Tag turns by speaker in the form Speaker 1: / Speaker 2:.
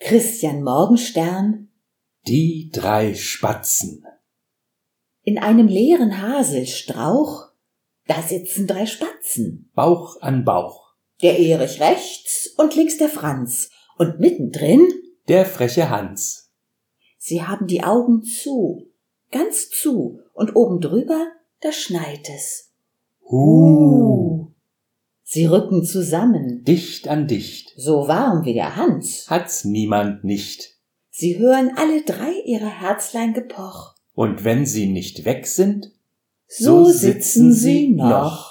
Speaker 1: Christian Morgenstern
Speaker 2: Die drei Spatzen.
Speaker 1: in einem leeren Haselstrauch, da sitzen drei Spatzen.
Speaker 2: Bauch an Bauch.
Speaker 1: Der Erich rechts und links der Franz. Und mittendrin,
Speaker 2: Der freche Hans.
Speaker 1: sie haben die Augen zu, ganz zu, und oben drüber, da schneit es. Uh.
Speaker 2: Hu.
Speaker 1: Sie rücken zusammen,
Speaker 2: Dicht an dicht.
Speaker 1: so warm wie der Hans.
Speaker 2: Hat's niemand nicht.
Speaker 1: Sie hören alle drei ihre Herzlein gepoch.
Speaker 2: Und wenn sie nicht weg sind,
Speaker 1: So sitzen sie noch.